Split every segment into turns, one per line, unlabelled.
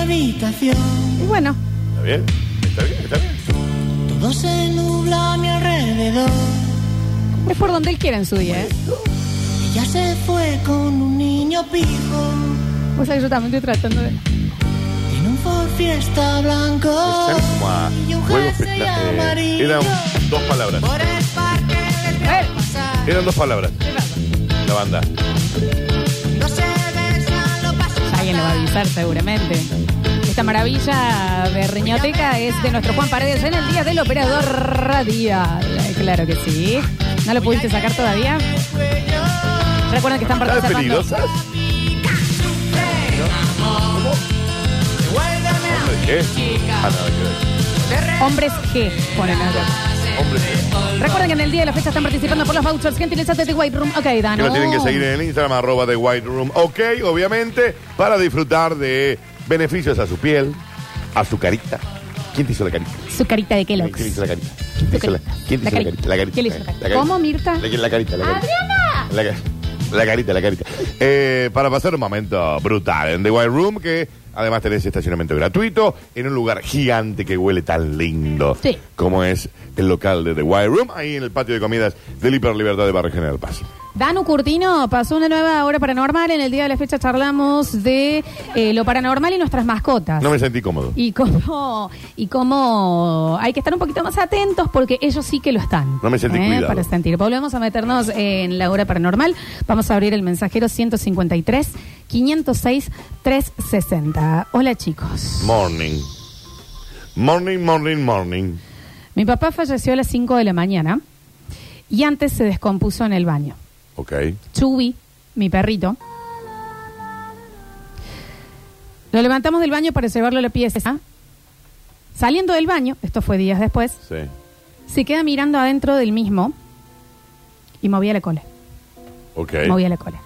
habitación.
Y bueno,
Está bien, está bien, está bien.
Todo se nubla a mi alrededor.
es por donde él quiera en su día, ¿eh?
Ella se fue con un niño pijo.
O sea, yo también estoy tratando de...
En un Ford Fiesta blanco.
Está como a
Oh, Y un
huevos
jersey
pesta- eh,
amarillo.
eran dos palabras.
Por el parque les veo
Eh.
pasar.
Eran dos palabras. La banda.
No se besan, lo pasan.
Alguien lo va a avisar seguramente. Esta maravilla de riñoteca es de nuestro Juan Paredes en el Día del Operador Radial. Claro que sí. ¿No lo pudiste sacar todavía? Recuerden que están
¿Están
participando.
peligrosas? ¿Hombre de qué? Ah, nada que
Hombres G, ponen acá.
ver. Hombre de
Ah,
qué.
Recuerden que en el día de la fecha están participando por los vouchers. Gentileza de The White Room. Ok,
Que
Dano.
lo tienen que seguir en el Instagram, arroba de White Room. Ok, obviamente, para disfrutar de beneficios a su piel, a su carita. ¿Quién te hizo la carita?
Su carita de Kellogg's.
¿Quién te hizo la carita? ¿Quién te hizo la, quién te
La
hizo la
carita.
carita? La carita.
¿Quién le hizo la carita? ¿Cómo, Mirta?
La, la carita, la carita. La, ca- la carita, la carita. Eh, para pasar un momento brutal en The White Room, que además tenés estacionamiento gratuito en un lugar gigante que huele tan lindo.
Sí.
Como es el local de The White Room, ahí en el patio de comidas del Hiper Libertad de Barrio General Paz.
Danu Curtino pasó una nueva hora paranormal. En el día de la fecha charlamos de eh, lo paranormal y nuestras mascotas.
No me sentí cómodo.
Y cómo, y cómo hay que estar un poquito más atentos porque ellos sí que lo están. ¿eh?
No me sentí cuidado.
Para sentir. Volvemos a meternos en la hora paranormal. Vamos a abrir el mensajero 153 506 360. Hola chicos.
Morning. Morning, morning, morning.
Mi papá falleció a las 5 de la mañana y antes se descompuso en el baño.
Ok.
Chubi, mi perrito. Lo levantamos del baño para llevarlo a la pieza. Saliendo del baño, esto fue días después,
Sí.
se queda mirando adentro del mismo y movía la cola.
Ok.
Movía la cola.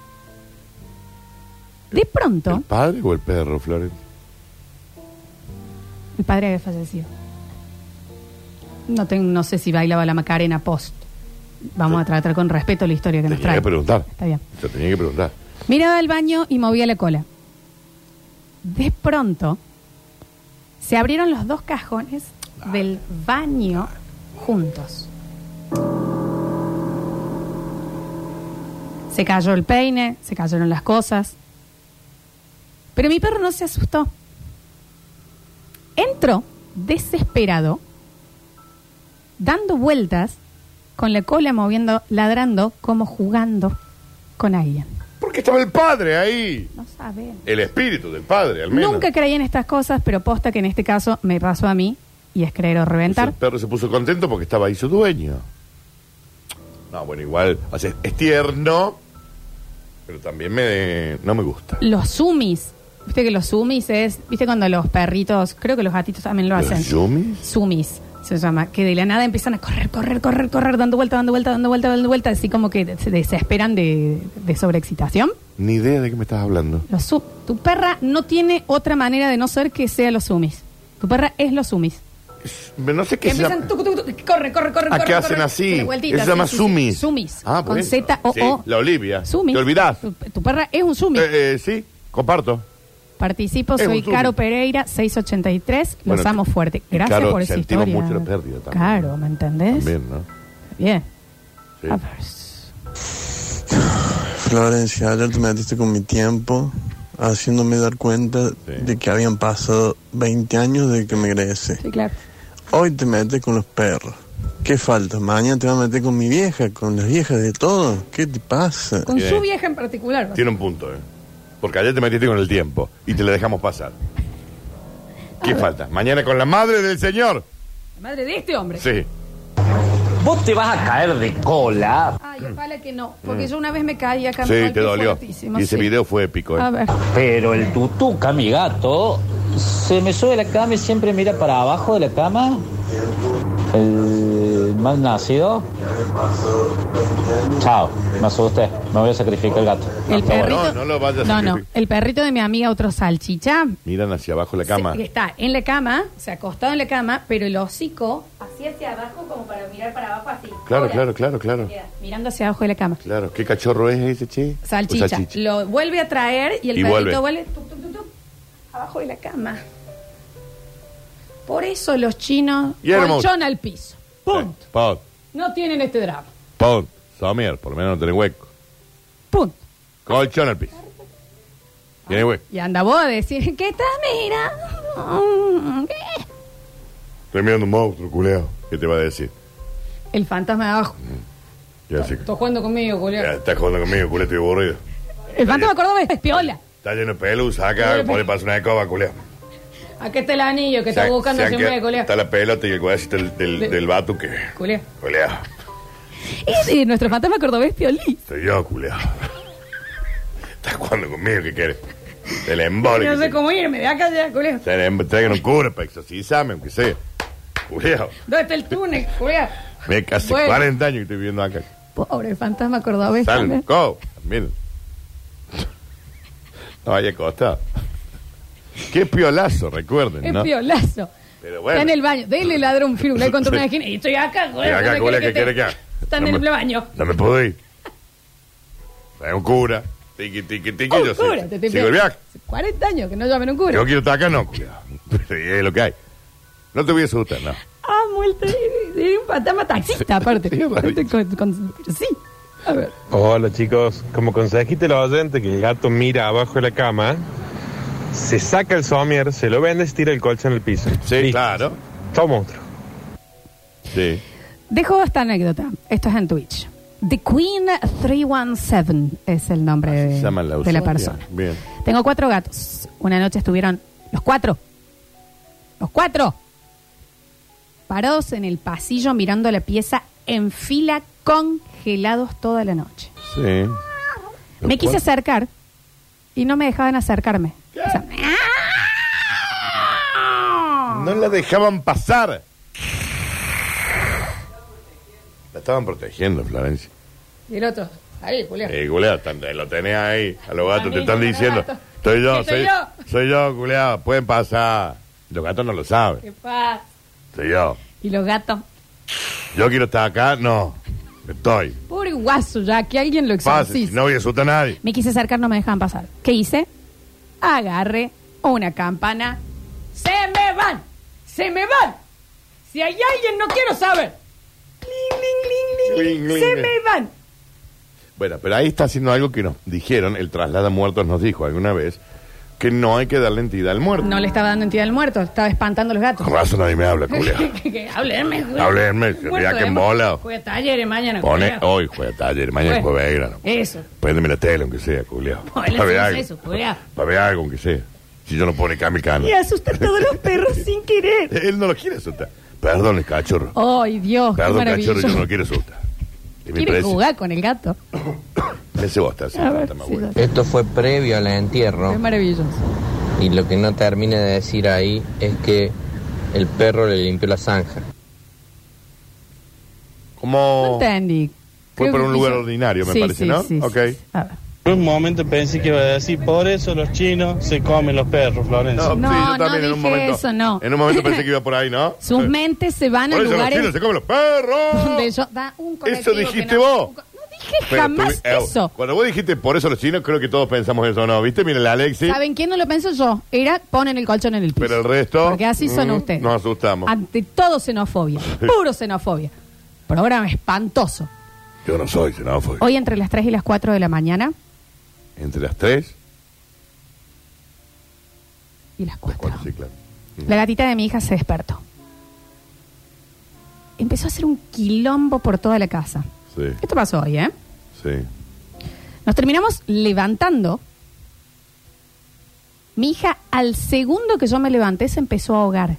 De pronto,
¿El padre o el perro, Flores?
mi padre había fallecido. No, ten- no sé si bailaba la Macarena post. Vamos a tratar con respeto la historia que nos
Tenía
trae.
que preguntar.
Está bien.
Yo tenía que preguntar.
Miraba al baño y movía la cola. De pronto, se abrieron los dos cajones del baño juntos. Se cayó el peine, se cayeron las cosas. Pero mi perro no se asustó. Entró desesperado, dando vueltas, con la cola moviendo, ladrando, como jugando con alguien.
¿Por qué estaba el padre ahí?
No saben.
El espíritu del padre, al menos.
Nunca creí en estas cosas, pero posta que en este caso me pasó a mí y es creer o
Entonces
reventar.
El perro se puso contento porque estaba ahí su dueño. No, bueno, igual, o sea, es tierno, pero también me no me gusta.
Los sumis, viste que los sumis es, viste cuando los perritos, creo que los gatitos también lo
¿Los
hacen.
sumis?
Sumis se llama, que de la nada empiezan a correr, correr, correr, correr, dando vuelta, dando vuelta, dando vuelta, dando vuelta, así como que se desesperan de, de sobreexcitación.
Ni idea de qué me estás hablando.
Los su- tu perra no tiene otra manera de no ser que sea los sumis. Tu perra es los sumis.
No sé
Que
qué es
empiezan
esa-
tucu, tucu, tucu, corre, corre, corre,
¿A
corre,
Ah, qué
corre,
hacen así?
una vueltita,
Eso se llama
sí, sí, sí.
sumis.
Sumis.
Ah,
con
bueno.
Z o
Sí,
O.
la Olivia.
Sumis.
¿Te olvidás?
Tu, tu perra es un sumis.
Eh, eh, sí, comparto.
Participo,
es un
soy
sumis.
Caro Pereira, 683. Los
Bueno,
amo fuerte.
y
Gracias
Caro,
por esa
sentimos
historia.
mucho la pérdida también.
Claro, ¿me entendés?
También, ¿no?
Bien.
Sí.
A ver.
Florencia, ayer te metiste con mi tiempo, haciéndome dar cuenta de que habían pasado 20 años de que me egresé.
Sí, claro.
Hoy te metes con los perros. ¿Qué falta? Mañana te vas a meter con mi vieja, con las viejas de todo. ¿Qué te pasa?
Con
Bien.
su vieja en particular.
Tiene un punto, ¿eh? Porque ayer te metiste con el tiempo y te la dejamos pasar. ¿Qué
Ah.
falta? Mañana con la madre del señor.
La madre de este hombre.
Sí.
Vos te vas a caer de cola,
Ay, ojalá que no. Porque yo una vez me caí acá.
Mm. Sí,
me golpeé
te dolió.
fuertísimo,
Y ese
sí.
video fue épico, ¿eh?
A ver.
pero el tutuca, mi gato, se me sube a la cama y siempre mira para abajo de la cama. El mal nacido. Chao, me asusté. Me voy a sacrificar el gato.
El
No,
perrito.
no, no lo vayas a
No, no.
sacrificar.
El perrito de mi amiga, otro salchicha.
Miran hacia abajo la cama.
Sí, está en la cama, o sea, acostado en la cama, pero el hocico así hacia abajo, como para mirar para abajo, así.
Claro,
Hola.
claro, claro, claro.
Queda Mirando hacia abajo de la cama.
Claro, ¿qué cachorro es ese, che?
Salchicha.
O Pues salchicha.
Lo vuelve a traer y el
Y
perrito
vuelve.
vuelve tuc, tuc, tuc, tuc, abajo de la cama. Por eso los chinos,
Y era
colchón
mucho.
al piso. Punto.
Sí. Pon,
No tienen este drama.
pon, somier, por lo menos no tenés hueco.
Punto.
Colchón al piso. Tiene hueco.
Y anda vos a decir, ¿qué estás mirando? ¿Qué?
Estoy mirando un monstruo, culeo. ¿Qué te va a decir?
El fantasma de abajo.
Ya sé que-
Estás jugando conmigo,
ya
Julio.
estás jugando conmigo, culeo, estoy aburrido.
El fantasma cordobés es piola.
Está lleno de pelusa acá,
pues.
por le pasa una escoba, culeo.
Acá está el anillo que está
Se-
buscando
se han
siempre,
quedado-
Julio.
Está la pelota y el cuadacito del, del,
De-
del batu que.
Julio.
Culeo,
Es eh, nuestro fantasma cordobés piolí.
soy yo, culeo. estás jugando conmigo, ¿qué quieres? El embole.
No
que
sé
te-
cómo irme de acá ya, Julio.
Te le- Traigan un cura para exorcizarme, aunque sea. Culeo,
¿Dónde está el túnel, Julio?
me casi
Bueno.
40 años que estoy viviendo acá.
Pobre fantasma cordobés.
Sal,
también.
go, mil. No vaya costa. Qué piolazo, recuerden,
Es
¿no?
piolazo.
Pero bueno.
Está en el baño. Dele ladrón un firulai contra una esquina. Y estoy acá, Julio.
Estoy acá,
¿Dónde
Julio,
querés
¿qué quiere que
te-
haga?
Está en
No
el
me-
baño.
No me puedo ir. Trae un cura. Tiki, tiki, tiki.
Un
yo sigo-
cura, te estoy
sigo
pidiendo.
el viaje.
Hace 40 años que no llamen un cura.
Yo quiero estar acá, no, cuidado. es lo que hay. No te voy a asustar, no.
Amo el te- era un fantasma taxista, aparte. Aparte, con- con- pero sí. A ver.
Hola chicos, como consejiste a los oyentes que el gato mira abajo de la cama, se saca el somier, se lo vende, se tira el colchón al piso.
Sí,
Listo.
claro.
Todo monstruo.
Sí.
Dejo esta anécdota. Esto es en Twitch. The Queen 317 es el nombre
Así
de,
se llama la
de la
usuaria.
persona.
Bien.
Tengo cuatro gatos. Una noche estuvieron los cuatro. Los cuatro. Parados en el pasillo mirando la pieza en fila congelados toda la noche.
Sí.
Me quise acercar y no me dejaban acercarme. O sea,
No la dejaban pasar. La estaban protegiendo, Florencia.
y el otro, ahí, Julián.
Eh, culeado, tan- lo tenés ahí. A los gatos
A
te
mí,
están
no,
diciendo.
gato.
Soy yo,
Que soy
soy,
yo.
soy yo, culeado. Pueden pasar. Los gatos no lo saben.
¿Qué pasa?
Soy yo.
Y los gatos.
Yo quiero estar acá. No. Estoy.
Pobre guaso, ya que alguien lo
Pase.
exorciza.
si No voy a asustar a nadie.
Me quise acercar, no me dejaban pasar. ¿Qué hice? Agarré una campana. ¡Se me van! ¡Se me van! Si hay alguien, no quiero saber. ¡Cling, ling, ling, ling,
Cling,
ling!
cling,
¡Se
cling.
me van!
Bueno, pero ahí está haciendo algo que nos dijeron, el traslada muertos nos dijo alguna vez, que no hay que darle entidad al muerto.
No le estaba dando entidad al muerto, estaba espantando a los gatos.
Con razón nadie me habla, culiao.
que háblenme, güey.
Háblenme, que
Muerto
mirá que
de
embola.
mo- Voy a talleres mañana.
Pone oh,
culiao.
hoy juega taller, mañana
Bueno,
juega Belgrano.
Eso.
Préndeme la tele, aunque sea, culiao.
Ponele
Pa' ver
sin
algo.
eso, culiao.
Pa' ver algo, aunque sea. Si yo no pone acá mi cana.
Y asusta a todos los perros sin querer.
Él no lo quiere asustar. Perdón, el cachorro.
¡Ay, Dios! Oh, ¡Qué
Perdón, cachorro, yo no lo
maravilloso!
quiero asustar. Y me
¿Quieres
parece-
jugar con el gato?
Ese vos
A
estás haciendo
ver,
falta más
sí,
bueno.
Esto fue previo al entierro
es maravilloso.
y lo que no termina de decir ahí es que el perro le limpió la zanja.
No
Como...
entendí.
Fue
Creo
por
que
un lugar
quiso-
ordinario, me
Sí,
parece,
sí,
¿no?
sí, sí.
Ok.
A ver.
Por un momento pensé que iba a decir, por eso los chinos se comen los perros, Florencia.
No, no dije
momento,
eso, no.
En un momento pensé que iba por ahí, ¿no?
Sus
Sí.
mentes se van a
Por eso los
lugares
chinos se comen los perros.
donde yo... Da un colectivo
Eso dijiste
que no-
vos.
No dije
Pero
jamás
tuvi- eh,
eso.
Cuando vos dijiste por eso los chinos, creo que todos pensamos eso, ¿no? ¿Viste? Miren, la Alexi.
¿Saben quién no lo pensó yo? Era ponen el colchón en el piso.
Pero el resto.
Porque así son
mm,
ustedes.
Nos asustamos.
Ante todo xenofobia. Puro xenofobia. Programa espantoso.
Yo no soy xenófobo.
Hoy entre las 3 y las 4 de la mañana
Entre las tres,
y las 4.
cuatro, sí, claro.
La gatita de mi hija se despertó. Empezó a hacer un quilombo por toda la casa.
Sí,
Esto pasó hoy, ¿eh?
sí.
Nos terminamos levantando. Mi hija, al segundo que yo me levanté, se empezó a ahogar.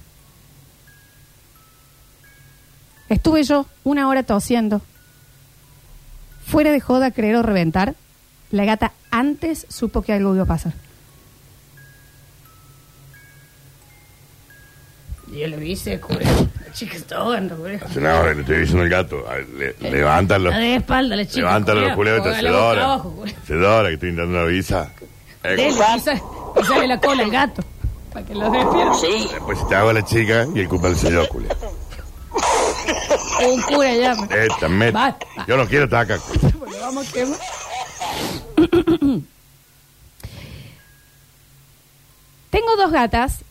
Estuve yo una hora tosiendo. Fuera de joda, creer o reventar, la gata antes supo que algo iba a pasar. Yo lo hice, La chica está ahogando,
Hace una hora que le estoy diciendo al gato. a ver,
Eh,
le- levántalo.
de espalda, la chica.
Levántalo los culeros, se dora. Se dora que estoy intentando una visa. Eh,
y sale la cola al gato. Para que lo despierte.
Después te hago a la chica y el culpa al señor, culero.
Un cura ya.
Esta meta.
Basta.
Yo no quiero estar acá. culero.
Lo vamos a quemar. Tengo dos gatas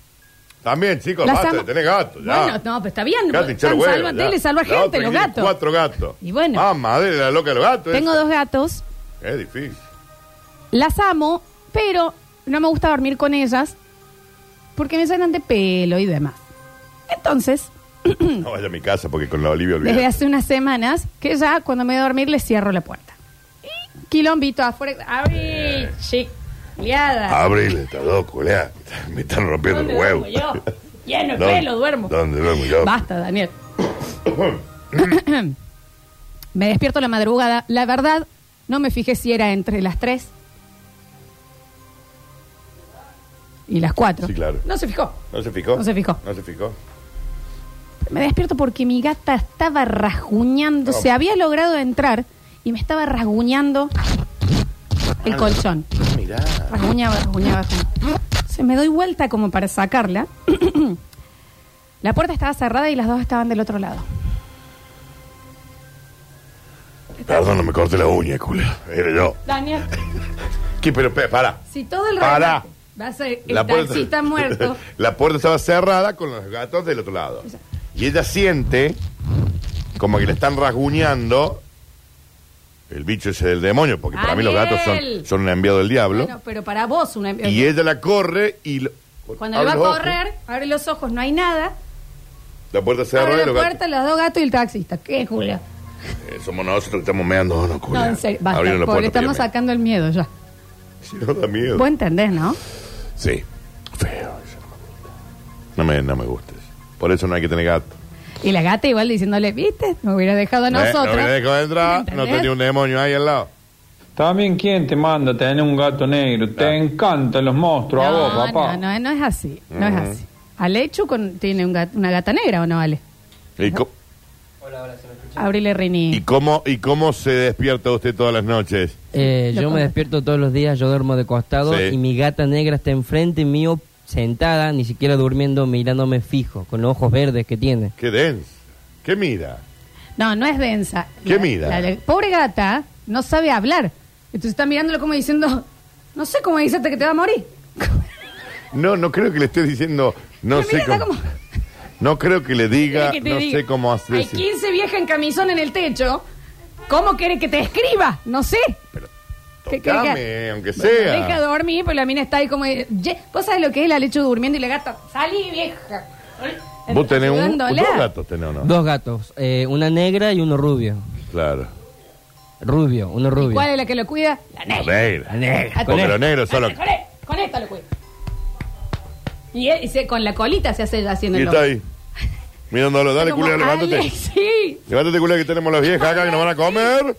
También, chicos,
Las
basta,
ama-
tenés gatos. Ya.
Bueno, no, pero está bien. pues,
Gato y charo
Están
huevo,
salvando
ya.
tele, salva
La otra
gente,
que
los
tiene
gatos.
Cuatro gatos.
Y bueno.
Ah, madre, la loca de los gatos.
Tengo
esa.
dos gatos,
Es difícil.
las amo, pero no me gusta dormir con ellas porque me llenan de pelo y demás. Entonces,
No vaya a mi casa porque con la Olivia
Mm. desde
olvidé.
hace unas semanas que ya cuando me voy a dormir les cierro la puerta. Y quilombito afuera. ¡Abrí! Chic. Liada.
Abril, está loco, lea. Me están rompiendo el
¿Dónde
huevo.
duermo yo? Lleno de
¿Dónde-
pelo duermo.
¿Dónde duermo yo?
Basta, Daniel. me despierto a la madrugada. La verdad, no me fijé si era entre las 3 y las 4.
Sí, claro.
No se fijó.
¿No se fijó?
No se fijó.
No se fijó.
Me despierto porque mi gata estaba
Oh.
rasguñando. Se había logrado entrar y me estaba rasguñando el colchón.
Ah, Mirá.
Rasguñaba, rasguñaba. rasguñaba. Se me doy vuelta como para sacarla. la puerta estaba cerrada y las dos estaban del otro lado.
Perdón, no me corté la uña, culia. Era yo.
Daniel,
¿Qué? Pero, pe- para.
si todo el
Pará.
rato va a ser el taxista muerto.
la puerta estaba cerrada con los gatos del otro lado. Y ella siente como que le están rasguñando el bicho ese del demonio, porque para mí los gatos son,
Ariel.
son un enviado del diablo.
Bueno, pero para vos una
y ella la corre y... lo-
cuando le
abre
va a
los ojos,
correr, abre los ojos, no hay nada.
La puerta se
Abre
abre
la puerta, los dos gatos y el taxista. ¿Qué, Julia?
Eh, somos nosotros que estamos meando. No, no,
No,
culia.
en serio, basta,
Abrieron la
pobre,
puerta,
estamos
pídeme.
sacando el miedo ya.
Si no da miedo.
Vos entendés, ¿no?
Sí. Feo. eso No me gusta. No me, no me gusta eso. Por eso no hay que tener gato. ¿Eh?
Y la gata igual diciéndole, ¿viste? Nos hubiera dejado a
No
nosotros.
me dejo de entrar, no
¿Entendés?
tenía un demonio ahí al lado.
También quién te manda a tener un gato negro.
Claro.
Te encantan los monstruos a
no,
vos, papá.
no, no, no es así, no
Mm.
es así. Alechu con, tiene un gat- una gata negra, ¿o no, Ale?
¿Y, co-
Abrile
y
Rini.
cómo, ¿Y cómo se despierta usted todas las noches?
Eh,
Lo
yo me
conozco.
despierto todos los días, yo duermo de costado
Sí.
y mi gata negra está enfrente mío, sentada, ni siquiera durmiendo, mirándome fijo, con los ojos verdes que tiene.
¿Qué densa? ¿Qué mira?
No, no es densa.
¿Qué
La-
mira?
la de- pobre gata no sabe hablar. Entonces está mirándolo como diciendo, no sé cómo dices que te va a morir.
No, no creo que le esté diciendo, no
Pero mira,
sé
está
cómo.
como-
No creo que le diga,
¿Querés que te
no
diga?
sé cómo hacer.
Hay 15 viejas en camisón en el techo. ¿Cómo quiere que te escriba? No sé. ¿Qué querés que-
Tocame, aunque
Deja
sea.
dormir, pero la mina está ahí como. de, "Ye". ¿Vos sabés lo que es la leche durmiendo y la gata? Salí, vieja.
Vos tenés un,
Ayudándola.
dos gatos, tenés uno.
Dos gatos, eh, una negra y uno rubio.
Claro.
Rubio, uno
¿Y
rubio.
¿Cuál es Ah, la que lo cuida? La
No,
negra.
negra.
negra.
Porque
Con
los negros solo.
Con, e- con esta lo cuida. Y, él- y se- con la colita se hace haciendo
Y está ahí. Mirándolo, dale,
Como,
culera, levántate.
"Ale, Sí.
Levántate, culera, que tenemos las viejas acá que nos van a comer.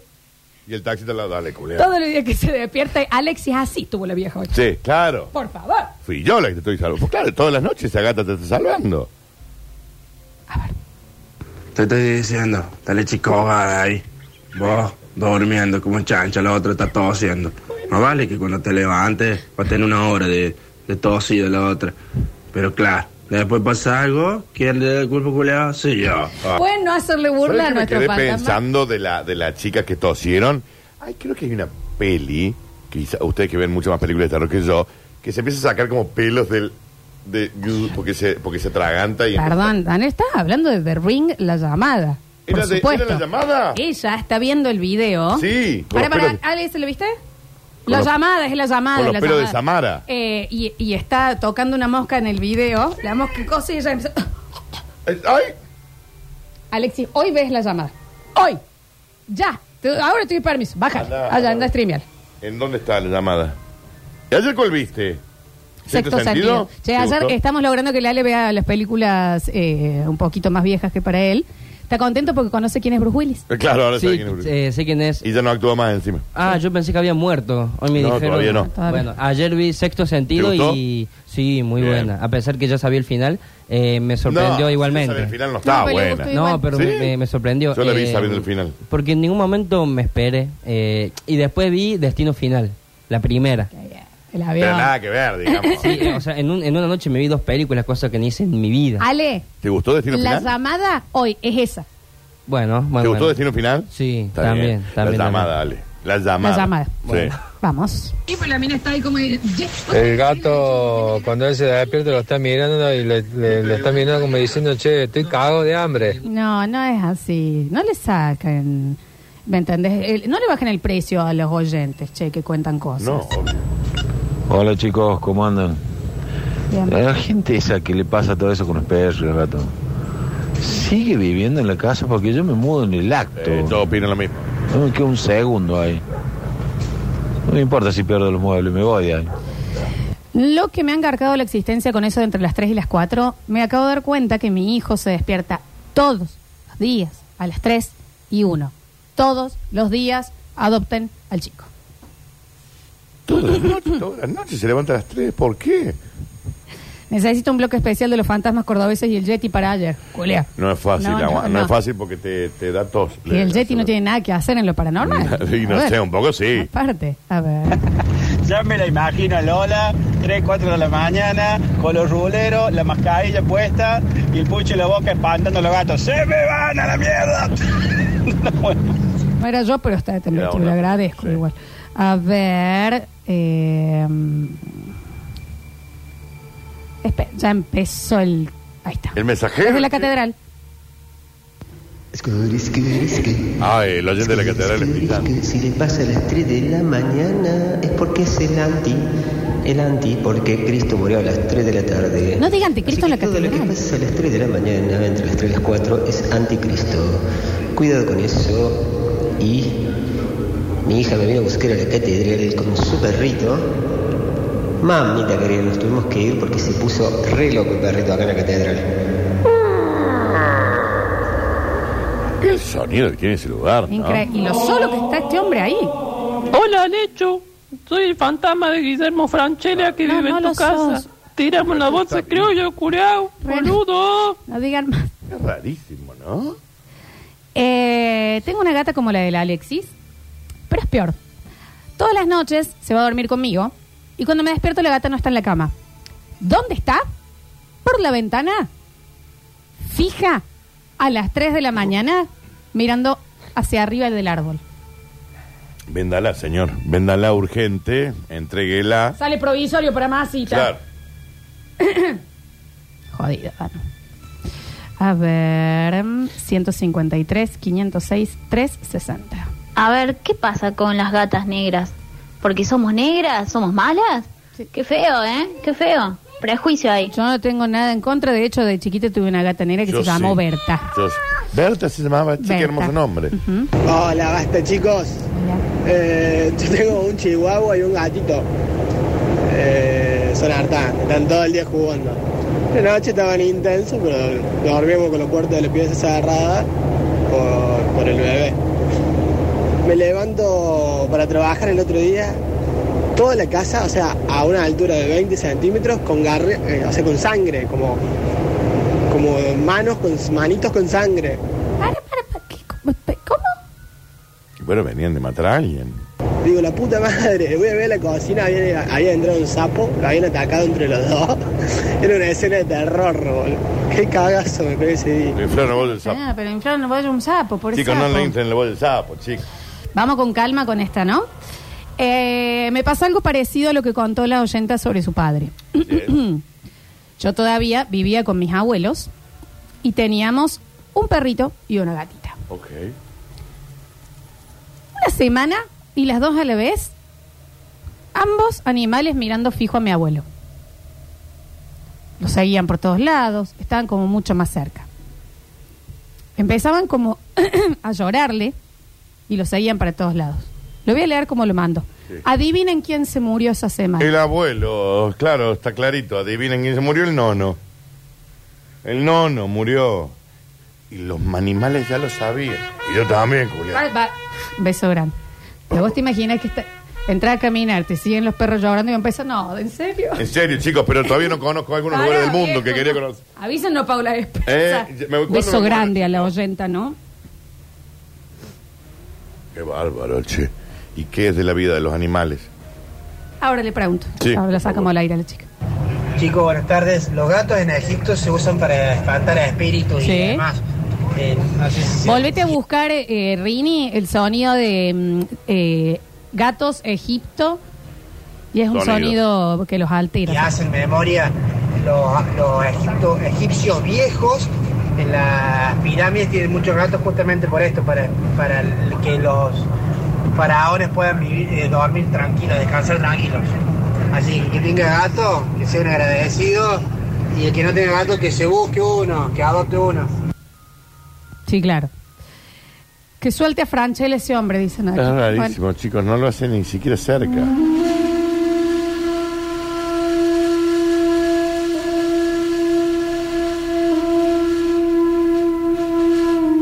Y el taxi te la dale, culera.
Todos los días que se despierta, Alexis así tuvo la vieja hoy.
Sí, claro.
Por favor.
Fui yo la que te estoy salvando. Pues claro, todas las noches esa gata te está salvando.
Te estoy diciendo, dale chico ahí. Vos durmiendo como un chancho, lo otro está tosiendo. No vale que cuando te levantes va a tener una hora de, de tosido la otra. Pero claro, después pasa algo, ¿quién le da el culpa culeado? Sí, yo.
Ah.
Pueden no hacerle
¿Sabes
burla a
qué me
nuestro
quedé
fantasma.
pensando de la, de la chica que tosieron. Ay, creo que hay una peli, quizá ustedes que ven mucho más películas de terror que yo, que se empieza a sacar como pelos del. De, porque, se, porque se atraganta y.
Perdón, Dan, estás hablando de The Ring, la llamada.
¿Era
Por
de-
supuesto.
era la llamada?
Ella está viendo el video.
Sí, con
Para,
los
para,
pelos de-
Ale, ¿se lo viste?
Con
La
los-
llamada, es la llamada.
con los
la
pelos de
llamada.
Samara.
Eh, y, y está tocando una mosca en el video. La mosca cosa y ella empieza...
Eh, ¡Ay!
Alexis, hoy ves la llamada. Hoy. Ya. Te- ahora te doy permiso. Baja.
Andá,
Allá,
andá.
anda a streamear.
¿En dónde está la llamada? ¿Y ayer cuál viste? ¿Sexto
Che,
¿Te
ayer
gustó?
estamos logrando que Lale vea las películas eh, un poquito más viejas que para él. Está contento porque conoce quién es Bruce Willis.
Eh, Claro, ahora
Sí,
sabe quién es.
eh, sé quién es.
Y ya no actúa más encima.
Ah, yo pensé que había muerto. Hoy me
No,
dijeron.
todavía no.
Todavía.
Bueno, ayer vi sexto sentido
¿Te gustó?
y sí, muy
Bien.
buena. A pesar que ya sabía el final, eh, me sorprendió
No,
igualmente.
esa del final no estaba
No, pero le
buena.
gustó
No,
Igual.
pero
¿Sí?
me- me, me sorprendió. Eh,
Yo la vi sabiendo el final.
Porque en ningún momento me esperé. eh, y después vi Destino Final, la primera.
Eh, El
Pero
avión.
nada que ver, digamos.
Sí, eh, o sea, en, un- en una noche me vi dos películas, cosas que no hice en mi vida.
Ale,
¿Te gustó Destino
la
Final?
llamada hoy es esa.
Bueno, bueno.
¿Te gustó
bueno.
Destino Final?
Sí,
Está
también,
bien.
también,
La llamada,
también.
dale. La llamada.
La llamada.
Sí.
Bueno. Vamos.
El gato, cuando él se despierta, lo está mirando y le, le- le está mirando como diciendo, che, estoy cago de hambre.
No, no es así. No le sacan. ¿Me entendés? El- no le bajen el precio a los oyentes, che, que cuentan cosas.
No, obvio.
Hola chicos, ¿cómo andan?
Bien.
Eh.
La gente esa que le pasa todo eso con los perros y los gatos, sigue viviendo en la casa porque yo me mudo en el acto.
Eh, todos opinan lo mismo.
No me queda un segundo ahí. No me importa si pierdo los muebles, me voy de ahí.
Lo que me ha encargado la existencia con eso de entre las 3 y las 4, me acabo de dar cuenta que mi hijo se despierta todos los días a las 3 y 1. Todos los días adopten al chico.
Todas las noches, todas las noches se levanta a las 3. ¿Por qué?
Necesito un bloque especial de los fantasmas cordobeses y el Yeti para ayer. Julia.
No es fácil,
No,
agua- no,
no, no.
es fácil porque te, te da tos.
Y el Yeti no tiene nada que hacer en lo paranormal.
Y
A
no
ver.
sé, un poco sí.
Aparte, a ver.
Ya me la imagino a Lola, 3, 4 de la mañana, con los ruleros, la mascarilla puesta y el pucho en la boca espantando a los gatos. ¡Se me van a la mierda!
No era yo, pero está
Era
detenido.
una-
Lo agradezco
sí.
igual. A ver. eh, espe- ya empezó el. Ahí está.
¿El
Es
mensajero?
de la catedral.
Ah, el oyente de la catedral es brillante.
Si le pasa a las 3 de la mañana es porque es el anti. El anti porque Cristo murió a las 3 de la tarde.
No digan anticristo en la
Todo lo que
catedral.
pasa a las 3 de la mañana, entre las 3 y las 4, es anticristo. Cuidado con eso. Y mi hija me vino a buscar a la catedral con su perrito. Mamita querida, nos tuvimos que ir porque se puso re loco el perrito acá en la catedral.
El sonido que tiene ese lugar, ¿no?
Increíble. Y lo solo que está este hombre ahí.
Hola, Lecho. Soy el fantasma de Guillermo Franchella que
No,
vive
no
en
lo
tu casa.
sos.
Tiramos la bolsa, creo yo, curado. Boludo.
No digan más.
Es rarísimo, ¿no?
Eh, tengo una gata como la de la Alexis, pero es peor. Todas las noches se va a dormir conmigo y cuando me despierto la gata no está en la cama. ¿Dónde está? Por la ventana. Fija a las 3 de la mañana mirando hacia arriba del árbol.
Véndala, señor. Véndala urgente. Entréguela.
Sale provisorio para masita.
Claro.
Jodido. ah, no. A ver, 153, 506, 360.
A ver, ¿qué pasa con las gatas negras? ¿Porque somos negras? ¿Somos malas? Qué feo, ¿eh? Qué feo. Prejuicio ahí.
Yo no tengo nada en contra, de hecho de chiquita tuve una gata negra que
Yo
se llamó
sí.
Berta.
Yo- Berta se llamaba. Sí, qué
Berta.
hermoso nombre.
Hola, basta chicos. Eh, yo tengo un chihuahua y un gatito. Eh, son hartantes, están todo el día jugando. La noche estaban intensos, pero dormimos con los puertas de la pieza cerrada por, por el bebé. Me levanto para trabajar el otro día. Toda la casa, o sea, a una altura de 20 centímetros, con, garre, eh, o sea, con sangre, como, como manos, con manitos con sangre.
Bueno, venían de matar a alguien.
Digo, la puta madre, voy a ver la cocina, había, había entrado un sapo, lo habían atacado entre los dos. Era una escena de terror, boludo. Qué cagazo me pegué ese día.
Le inflaron la voz del sapo.
Ah, pero inflaron no vaya un sapo, por
Chicos,
sapo.
no le inflen la voz del sapo, chicos.
Vamos con calma con esta, ¿no? Eh, me pasa algo parecido a lo que contó la oyenta sobre su padre. Yo todavía vivía con mis abuelos y teníamos un perrito y una gatita.
Ok.
Una semana y las dos a la vez, ambos animales mirando fijo a mi abuelo. Lo seguían por todos lados, estaban como mucho más cerca. Empezaban como a llorarle y lo seguían para todos lados. Lo voy a leer como lo mando.
Sí.
Adivinen quién se murió esa semana.
El abuelo, claro, está clarito. Adivinen quién se murió, el nono. El nono murió. Y los animales ya lo sabían. Y yo también,
Va-
Julián.
va- Beso grande. Pero vos te imaginas que está... entras a caminar, te siguen los perros llorando y empieza, no, ¿en serio?
En serio, chicos, pero todavía no conozco algunos
Pará,
lugares del mundo que
viejo,
quería
no.
conocer.
Avísanos, Paula. Esparza.
Eh, ya- me- ¿cuándo me
Beso
acuerdo?
grande a la oyenta, ¿no?
Qué bárbaro, che. ¿Y qué es de la vida de los animales?
Ahora le pregunto.
Sí,
Ahora la
por
sacamos
favor.
al aire a la chica.
Chicos, buenas tardes. Los gatos en Egipto se usan para espantar a espíritus
Sí.
y demás. Eh,
Volvete a buscar, eh, Rini, el sonido de mm, eh, gatos Egipto. Y es un
Sonido.
sonido que los altera.
Y hacen memoria los, los egipto- egipcios viejos. En las pirámides tienen muchos gatos justamente por esto, para, para el- que los faraones puedan vivir, eh, dormir tranquilos, descansar tranquilos. Así que el que tenga gato, que sea un agradecido. Y el que no tenga gato, que se busque uno, que adopte uno.
Sí, claro. Que suelte a Franchel ese hombre, dicen aquí.
Es rarísimo,
Ah, Bueno,
chicos, no lo hacen ni siquiera cerca.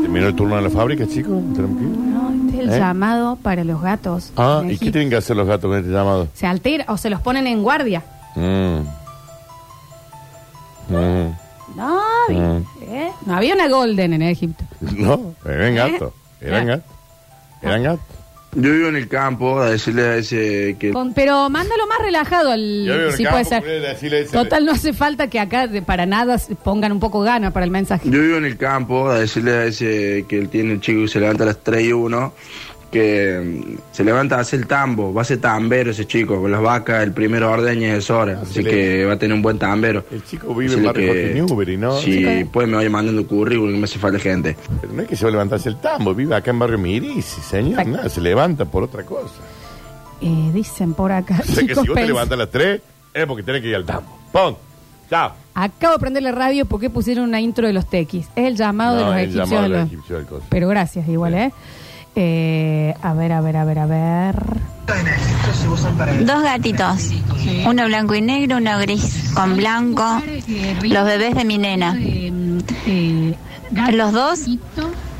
¿Terminó el turno de la fábrica, chicos? ¿Tenemos que ir?
no, este es el
¿Eh?
llamado para los gatos.
Ah,
en
¿y qué
Egipto.
tienen que hacer los gatos con este llamado?
Se altera o se los ponen en guardia.
Mm. Mm.
No,
Mm.
¿eh? no había una Golden en Egipto.
No,
¿Eh?
eran gatos. Eran
Ya.
gatos. Eran gatos.
Yo vivo en el campo a decirle a ese que.
Con- pero mándalo más
Yo
relajado
vivo en
al,
el
si
campo,
puede ser.
ponele, decirle ese-
Total, no hace falta que acá de- para nada se pongan un poco gana para el mensaje.
Yo vivo en el campo, a decirle a ese que él tiene el chico que se levanta a las 3 y 1, que mm, se levanta a hacer el tambo, va a ser tambero ese chico, con las vacas, el primero ordeña es hora, así
Hacele-
que va a tener un buen tambero.
El chico vive en barrio Jorge Newbery, ¿no?
Si
Sí.
puede pues me vaya mandando currículum, que me hace falta gente.
Pero no es que se va a levantarse el tambo, vive acá en barrio Miris, señor.
Exacto.
nada, se levanta por otra cosa.
Eh, dicen por acá.
O sea que
chicos,
si vos te
pens-
levantas a las 3, es porque tenés que ir al tambo. ¡Pum! ¡Chao!
Acabo de prender la radio porque pusieron una intro de los tequis. Es el llamado de
No,
los
el
egipcios.
llamado de los
¿no?
egipcios del coso.
Pero gracias, igual, ¿eh? Eh, A ver, a ver, a ver, a ver.
Dos gatitos, uno blanco y negro, uno gris con blanco, los bebés de mi nena.
Eh,
Los dos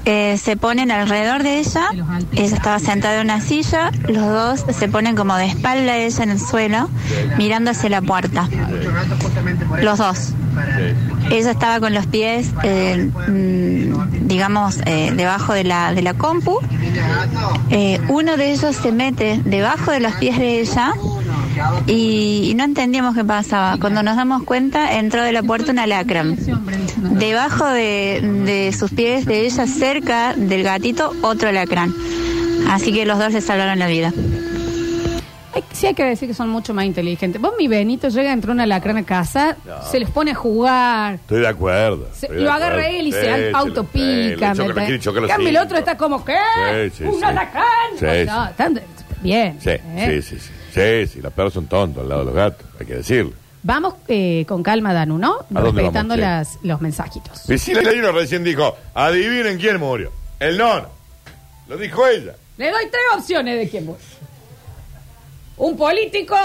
eh, se ponen alrededor de ella, eh, ella estaba sentada en una silla, los dos se ponen como de espalda a ella en el suelo, mirando hacia la puerta. Los dos. Ella estaba con los pies, eh, mm, digamos, eh, debajo de la, de la compu. Eh, uno de ellos se mete debajo de los pies de ella y, y no entendíamos qué pasaba. Cuando nos damos cuenta, entró de la puerta una alacrán. Debajo de, de sus pies de ella, cerca del gatito, otro alacrán. Así que los dos le salvaron la vida.
Hay- sí hay que decir que son mucho más inteligentes. Vos, mi Benito, llega, entró una lacrana a casa, se les pone a jugar.
Estoy de acuerdo.
Se-
estoy de
lo
acuerdo.
agarra él y
Sí,
se
lo- sí, le
autopica.
choca,
¿me
le
entendés?
quiere chocar los
Cambio, el
cinco.
otro está como, ¿qué?
Sí, sí,
¡Un
sí.
alacrán!
Sí,
Ay,
sí.
no, tan- bien.
Sí,
¿eh?
sí, sí, sí. Sí, sí, las perros son tontos al lado de los gatos, hay que decirlo.
Vamos eh, con calma, Danu, ¿no?
¿A dónde
Respetando
vamos?
las, los mensajitos.
Priscila Leino recién dijo, adivinen quién murió. El nono. Lo dijo ella.
Le doy tres opciones de quién voy. Un político,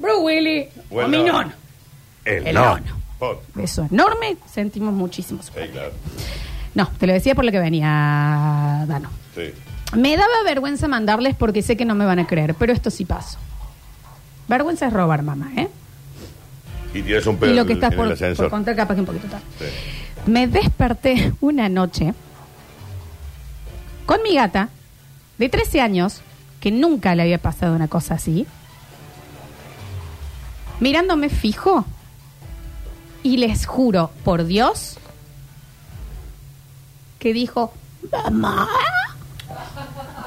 Bruce Willy
Bueno.
o mi nono.
El,
El
nono.
Beso enorme, sentimos muchísimo. su- No, te lo decía por lo que venía, Dano.
Sí.
Me daba vergüenza mandarles porque sé que no me van a creer, pero esto sí pasó. Vergüenza es robar, mamá, ¿eh?
Y tienes un pedo
Y lo que
en-
estás
en
por,
el
por
ascensor.
contar capaz que un poquito tarde.
Sí.
Me desperté una noche con mi gata de 13 años, que nunca le había pasado una cosa así, mirándome fijo y les juro, por Dios, que dijo, mamá,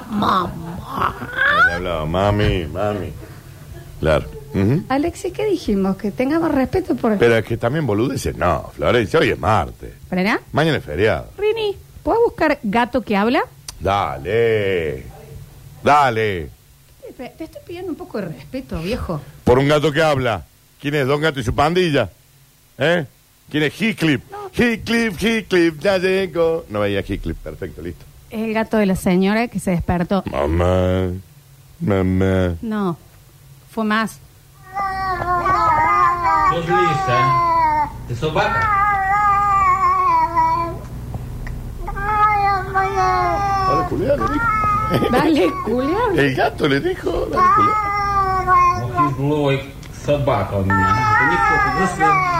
mamá.
Le hablaba, mami, mami. Claro. Ujú.
Alexis, ¿qué dijimos? Que tengamos respeto por...
Pero es que también boludeces, no, Florencia, hoy es martes.
¿Para
Mañana es feriado.
Rini, ¿puedo buscar gato que habla?
Dale. Dale.
Te te estoy pidiendo un poco de respeto, viejo.
Por un gato que habla. ¿Quién es Don Gato y su pandilla? ¿Eh? ¿Quién es Heathcliff? Heathcliff, Heathcliff, ya llegó. No veía Heathcliff, perfecto, listo.
El gato de la señora que se despertó.
Mamá, mamá.
No, fue más.
Sos lista. Te sopa.
Dale, culiá, le dijo.
Dale, culiá.
El gato le dijo.
Ah,
Dale, culiá.
Злой собака у меня.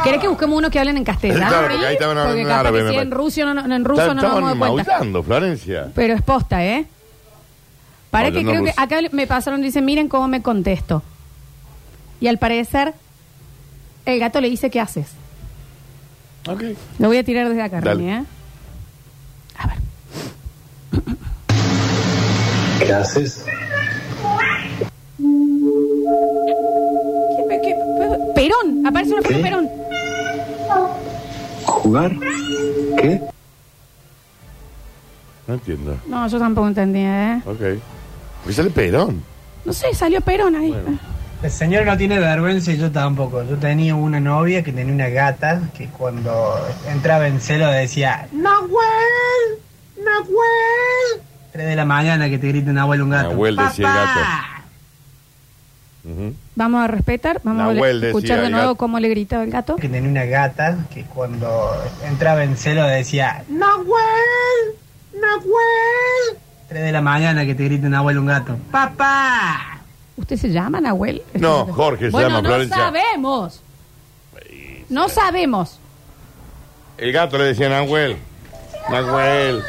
¿Querés que busquemos uno que hablen en castellano?
Claro, porque
Rini?
ahí estaban hablando
Porque
en
capaz
árabe,
que
me
si en,
parece.
ruso no- no, en ruso no nos vamos
Estaban
a dar cuenta.
maullando, Florencia.
Pero es posta, ¿eh? Para que
Hablando
creo que
ruso.
acá me pasaron, dicen, miren cómo me contesto. Y al parecer, el gato le dice, ¿qué haces?
Ok.
Lo voy a tirar desde acá,
Dale.
Rini, ¿eh?
¿Qué haces?
¿Qué- qué- Perón, aparece una foto de
¿Qué?
Perón.
¿Jugar? ¿Qué?
No entiendo.
No, yo tampoco entendía, ¿eh?
Ok. Porque sale Perón.
No sé, salió Perón ahí.
El señor no tiene vergüenza y yo tampoco. Yo tenía una novia que tenía una gata que cuando entraba en celo decía
Nahuel, Nahuel.
3 de la mañana que te griten Nahuel un gato.
Nahuel decía el gato.
Vamos a respetar, vamos
Nahuel
a
decía
escuchar de
el
nuevo
gato.
cómo le gritaba el gato.
Que tenía una gata que cuando entraba en celo decía
Nahuel, Nahuel.
3 de la mañana que te griten Nahuel un gato.
¡Papá! ¿Usted se llama Nahuel?
No, Jorge se
bueno,
llama
no
Florencia.
sabemos. No sabemos.
El gato le decía Nahuel. Nahuel.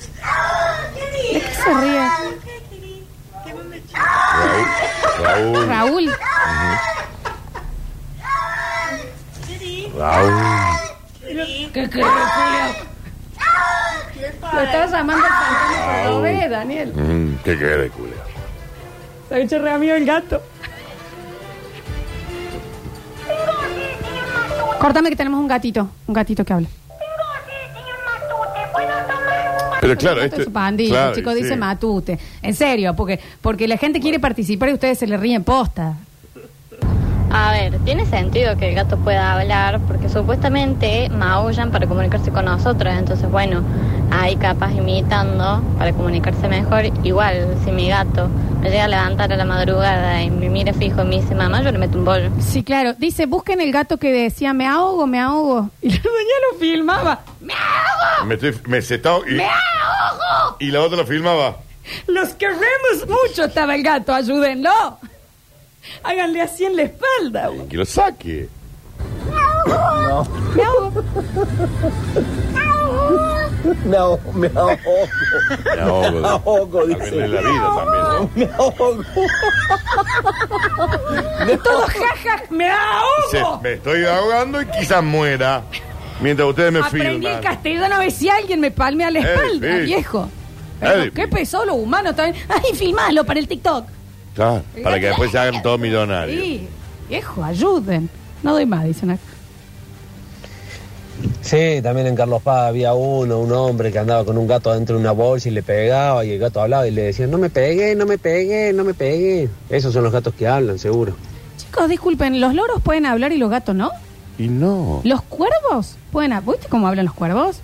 ¿De qué se ríe?
Raúl.
Raúl.
Raúl.
¿Qué querés, Julio? Lo estaba llamando el fantasma
Raúl.
cordobés, Daniel.
Mm, ¿Qué quiere, culo?
Se había hecho re amigo el gato. Córtame que tenemos un gatito. Un gatito que habla.
Pero Eh, claro,
Esto
esto.
es un bandido,
claro,
el chico dice
sí.
matute. En serio, porque, porque la gente quiere participar y ustedes se le ríen posta.
A ver, tiene sentido que el gato pueda hablar porque supuestamente maullan para comunicarse con nosotros, entonces bueno, ahí capaz imitando para comunicarse mejor. Igual, si mi gato me llega a levantar a la madrugada y me mira fijo y me dice mamá, yo le meto un bollo.
Sí, claro. Dice, busquen el gato que decía, me ahogo, me ahogo. Y la doña lo filmaba.
Me, estoy, me se está- y,
¡Me ahogo!
y la otra lo filmaba.
Los queremos mucho, estaba el gato, ayúdenlo. Háganle así en la espalda. güey.
Que lo saque.
No.
Me ahogo.
Me ahogo, me ahogo.
Me ahogo.
Me ahogo, dice.
También es la vida también, ¿no?
Me ahogo.
Y todo jaja, me
Dice,
ahogo.
me estoy ahogando y quizás muera. Mientras ustedes me
Aprendí el
filman.
castellano a ver si alguien me palmea la
Eh,
espalda,
sí.
viejo.
Eh,
Qué pesó los humanos también. Ay, filmalo para el TikTok.
claro, para que después se hagan todos millonarios.
Sí, viejo, ayuden. No doy más, dicen acá.
Sí, también en Carlos Paz había uno, un hombre que andaba con un gato adentro de una bolsa y le pegaba y el gato hablaba y le decía, no me pegue, no me pegue, no me pegue. Esos son los gatos que hablan, seguro.
Chicos, disculpen, los loros pueden hablar y los gatos no.
Y no.
Los cuervos pueden hablar. ¿Viste cómo hablan los cuervos?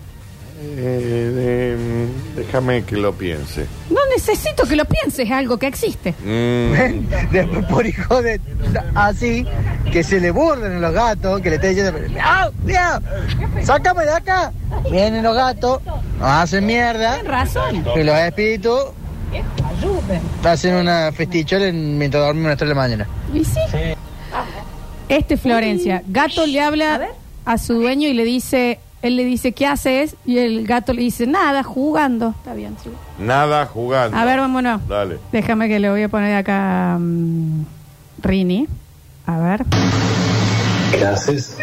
Eh, eh, déjame que lo piense.
No necesito que lo pienses, es algo que existe.
Mm.
Después por hijo de así que se le burlen los gatos, que le estén diciendo, ¡Miau! ¡Miau! ¡Sácame de acá! Vienen los gatos, nos hacen mierda.
Tienen razón.
Y los espíritus hacen una festichola en- mientras dormimos a las 3 de la mañana.
¿Y sí? Este Florencia, gato le habla a, su dueño y le dice, él le dice, ¿qué haces? Y el gato le dice, nada, jugando. Está bien, sí.
Nada jugando.
A ver, vámonos.
Dale.
Déjame que le voy a poner acá mm, Rini. A ver.
¿Qué haces?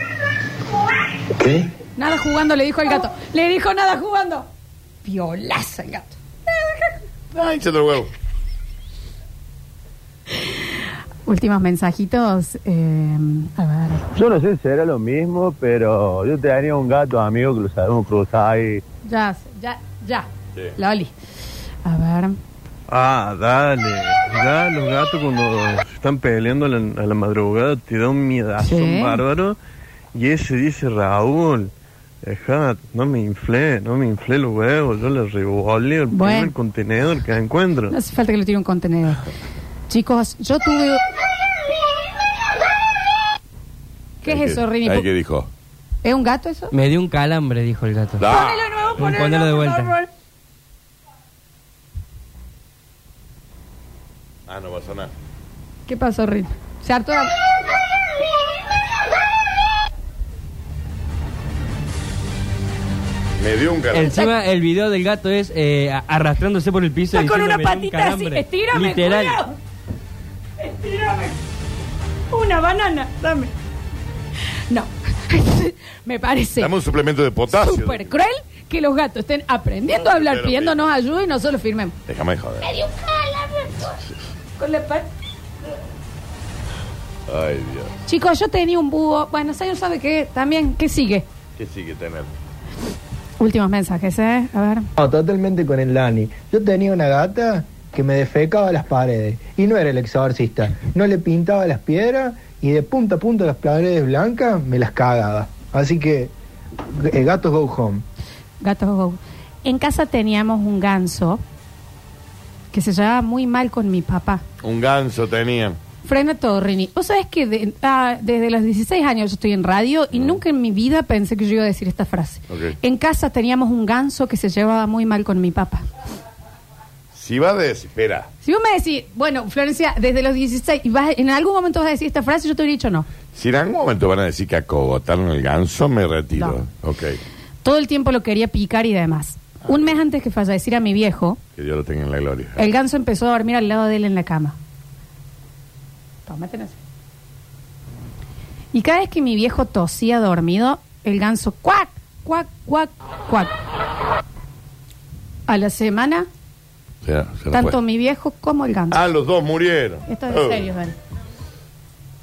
¿Qué?
Nada jugando, le dijo el gato. Le dijo nada jugando. Violaza el gato.
Ay, hinchate los huevos.
Últimos mensajitos. eh, a ver.
Yo no sé si era lo mismo, pero yo tenía un gato amigo que lo sabemos cruzar ahí.
Ya, ya, ya. Loli. A ver.
Ah, dale. Ya los gatos cuando se están peleando a la, a la madrugada te da un miedazo
Sí.
bárbaro. Y ese dice, Raúl, deja, no me inflé, no me inflé los huevos. Yo le revoleo el
Bueno.
primer contenedor que encuentro.
No hace falta que le tire un contenedor. Chicos, yo tuve. ¿Qué es eso, Rini?
Ahí
Po-
dijo?
¿Es un gato eso?
Me dio un calambre, dijo el gato.
Da.
Ponelo de nuevo, ponelo
Ponelo de
nuevo,
vuelta.
por favor.
Ah, no pasa nada.
¿Qué pasó, Rini? Se hartó de-
Me dio un calambre.
Encima el video del gato es eh, a- arrastrándose por el piso.
Está con
diciendo,
una
"Me dio un
patita así.
calambre".
Estírame,
Literal.
culiao. Estírame. Una banana, dame. No. Me parece
Dame un suplemento de potasio.
súper cruel que los gatos estén aprendiendo a hablar,
Pero,
pidiéndonos ayuda y nosotros firmemos.
Déjame de joder.
Me dio calor. Con la pat-
Ay, Dios.
Chicos, yo tenía un búho. Bueno, señor, ¿sabe qué? También, ¿qué sigue?
¿Qué sigue tener?
Últimos mensajes, ¿eh? A ver.
No, totalmente con el Dani. Yo tenía una gata que me defecaba las paredes y no era el exorcista. No le pintaba las piedras y de punta a punta las paredes blancas me las cagaba. Así que, eh, gatos go home.
Gatos Go. En casa teníamos un ganso que se llevaba muy mal con mi papá.
Un ganso tenían.
Frena todo, Rini. ¿Vos sabés que de- ah, desde los 16 años yo estoy en radio y nunca en mi vida pensé que yo iba a decir esta frase?
Ok.
En casa teníamos un ganso que se llevaba muy mal con mi papá.
Si va de... Espera.
Si vos me decís, bueno, Florencia, desde los 16, y vas, en algún momento vas a decir esta frase, yo te hubiera dicho no.
Si en algún momento van a decir que acogotaron el ganso, me retiro. Ok.
Todo el tiempo lo quería picar y demás. Un mes antes que falleciera mi viejo,
Que Dios lo tenga en la gloria.
el ganso empezó a dormir al lado de él en la cama. Tómate en eso. Y cada vez que mi viejo tosía dormido, el ganso cuac, cuac, cuac, cuac. A la semana,
O sea, se nos
tanto
fue.
mi viejo como el ganso.
pues. Ah, los dos murieron.
Esto es
Oh.
en serio, Dani.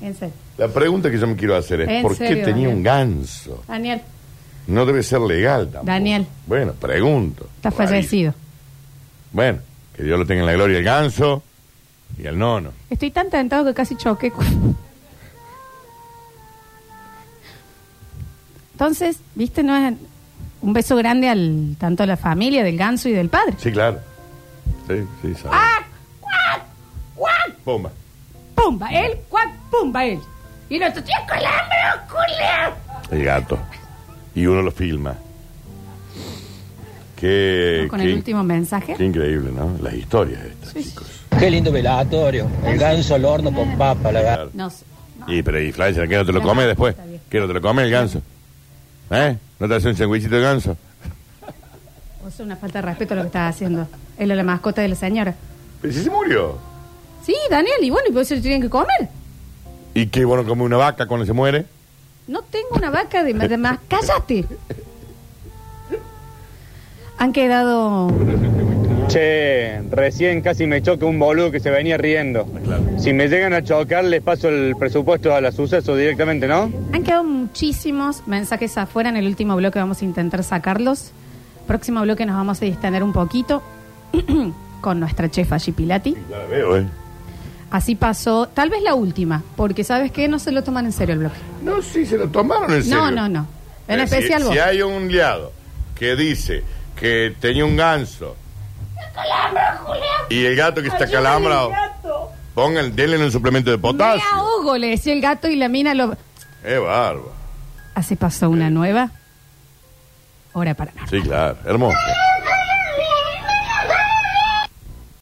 En serio.
La pregunta que yo me quiero hacer es,
En
¿por
serio,
qué tenía
Daniel.
un ganso?
Daniel,
No debe ser legal tampoco.
Daniel,
Bueno, pregunto.
está fallecido.
Bueno, que Dios lo tenga en la gloria el ganso y el nono.
Estoy tan tentado que casi choqué. Entonces, viste, no es un beso grande al tanto a la familia del ganso y del padre.
Sí, claro. Sí, sí, sabe.
¡Ah! ¡Cuac! ¡Cuac!
Pumba.
¡Pumba! Él, cuac, pumba, él. Y nosotros, ¡tío, culambro, culambro!
El gato. Y uno lo filma. Qué,
Con
Eh, qué-
el último mensaje.
qué increíble, ¿no? Las historias. eh.
Qué lindo velatorio. El ganso al horno con papa, la gata.
No sé.
Y pero y Flavia, ¿qué no te lo comes después? ¿Qué no te lo comes el ganso? ¿Eh? ¿No te hace un sandwichito de ganso?
O sea, una falta de respeto a lo que estás haciendo. Él es la mascota de la señora.
Pero si se murió.
Sí, Daniel, y bueno, y por eso le tienen que comer.
¿Y qué bueno come una vaca cuando se muere?
No tengo una vaca de, de más. ¡Cállate! Han quedado.
Che, recién casi me choca un boludo que se venía riendo. Si me llegan a chocar, les paso el presupuesto a la suceso directamente, ¿no?
Han quedado muchísimos mensajes afuera en el último bloque. Vamos a intentar sacarlos. Próximo bloque nos vamos a distender un poquito con nuestra chefa Gipilati.
Ya la veo, ¿eh?
Así pasó, tal vez la última, porque sabes que no se lo toman en serio el bloque.
No, sí, se lo tomaron en serio.
No, no, no. En
Eh, si-
especial
si,
vos.
hay un liado que dice que tenía un ganso y el gato que está
Ayúdame,
calambrado, pongan, denle un suplemento de
Me
potasio.
ahogo, le decía el gato y la mina lo. Ah,
Es bárbaro.
Así pasó una nueva. Hora para.
Sí, claro. Hermoso.